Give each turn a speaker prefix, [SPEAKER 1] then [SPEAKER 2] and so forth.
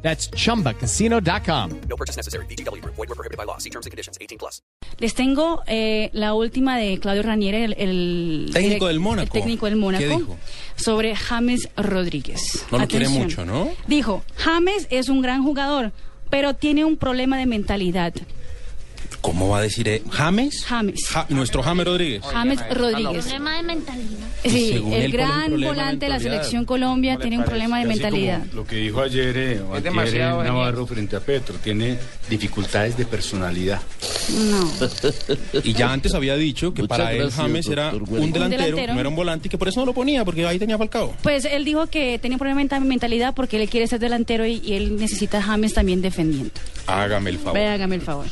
[SPEAKER 1] That's chumbacasino.com.
[SPEAKER 2] No purchase necessary. BGW. Void were prohibited by law. See terms and conditions. 18 plus.
[SPEAKER 3] Les tengo eh, la última de Claudio Ranieri, el, el-
[SPEAKER 4] Técnico
[SPEAKER 3] el-
[SPEAKER 4] del Mónaco.
[SPEAKER 3] el técnico del Mónaco,
[SPEAKER 4] ¿Qué dijo?
[SPEAKER 3] sobre James Rodríguez.
[SPEAKER 4] No lo quiere mucho, ¿no?
[SPEAKER 3] Dijo, James es un gran jugador, pero tiene un problema de mentalidad.
[SPEAKER 4] ¿Cómo va a decir eh, James?
[SPEAKER 3] James.
[SPEAKER 4] Ja- nuestro James Rodríguez.
[SPEAKER 3] James Rodríguez.
[SPEAKER 5] Problema de mentalidad.
[SPEAKER 3] Sí, el
[SPEAKER 4] según él, ¿cuál es el
[SPEAKER 3] gran
[SPEAKER 4] problema de
[SPEAKER 3] volante de la
[SPEAKER 4] mentalidad?
[SPEAKER 3] selección Colombia tiene un problema de
[SPEAKER 6] Así como
[SPEAKER 3] mentalidad.
[SPEAKER 6] Lo que dijo ayer eh, o antier,
[SPEAKER 7] demasiado
[SPEAKER 6] eh, Navarro frente a Petro, tiene dificultades de personalidad.
[SPEAKER 3] No.
[SPEAKER 4] Y ya antes había dicho que
[SPEAKER 7] Muchas
[SPEAKER 4] para él
[SPEAKER 7] gracias,
[SPEAKER 4] James era
[SPEAKER 7] doctor
[SPEAKER 4] un
[SPEAKER 7] Güero.
[SPEAKER 4] delantero,
[SPEAKER 3] Un delantero.
[SPEAKER 4] no era un volante, y que por eso no lo ponía, porque ahí tenía Falcao.
[SPEAKER 3] Pues él dijo que tenía un problema de menta- mentalidad porque él quiere ser delantero y, y él necesita a James también defendiendo.
[SPEAKER 4] Hágame el favor.
[SPEAKER 3] Ve, hágame el favor.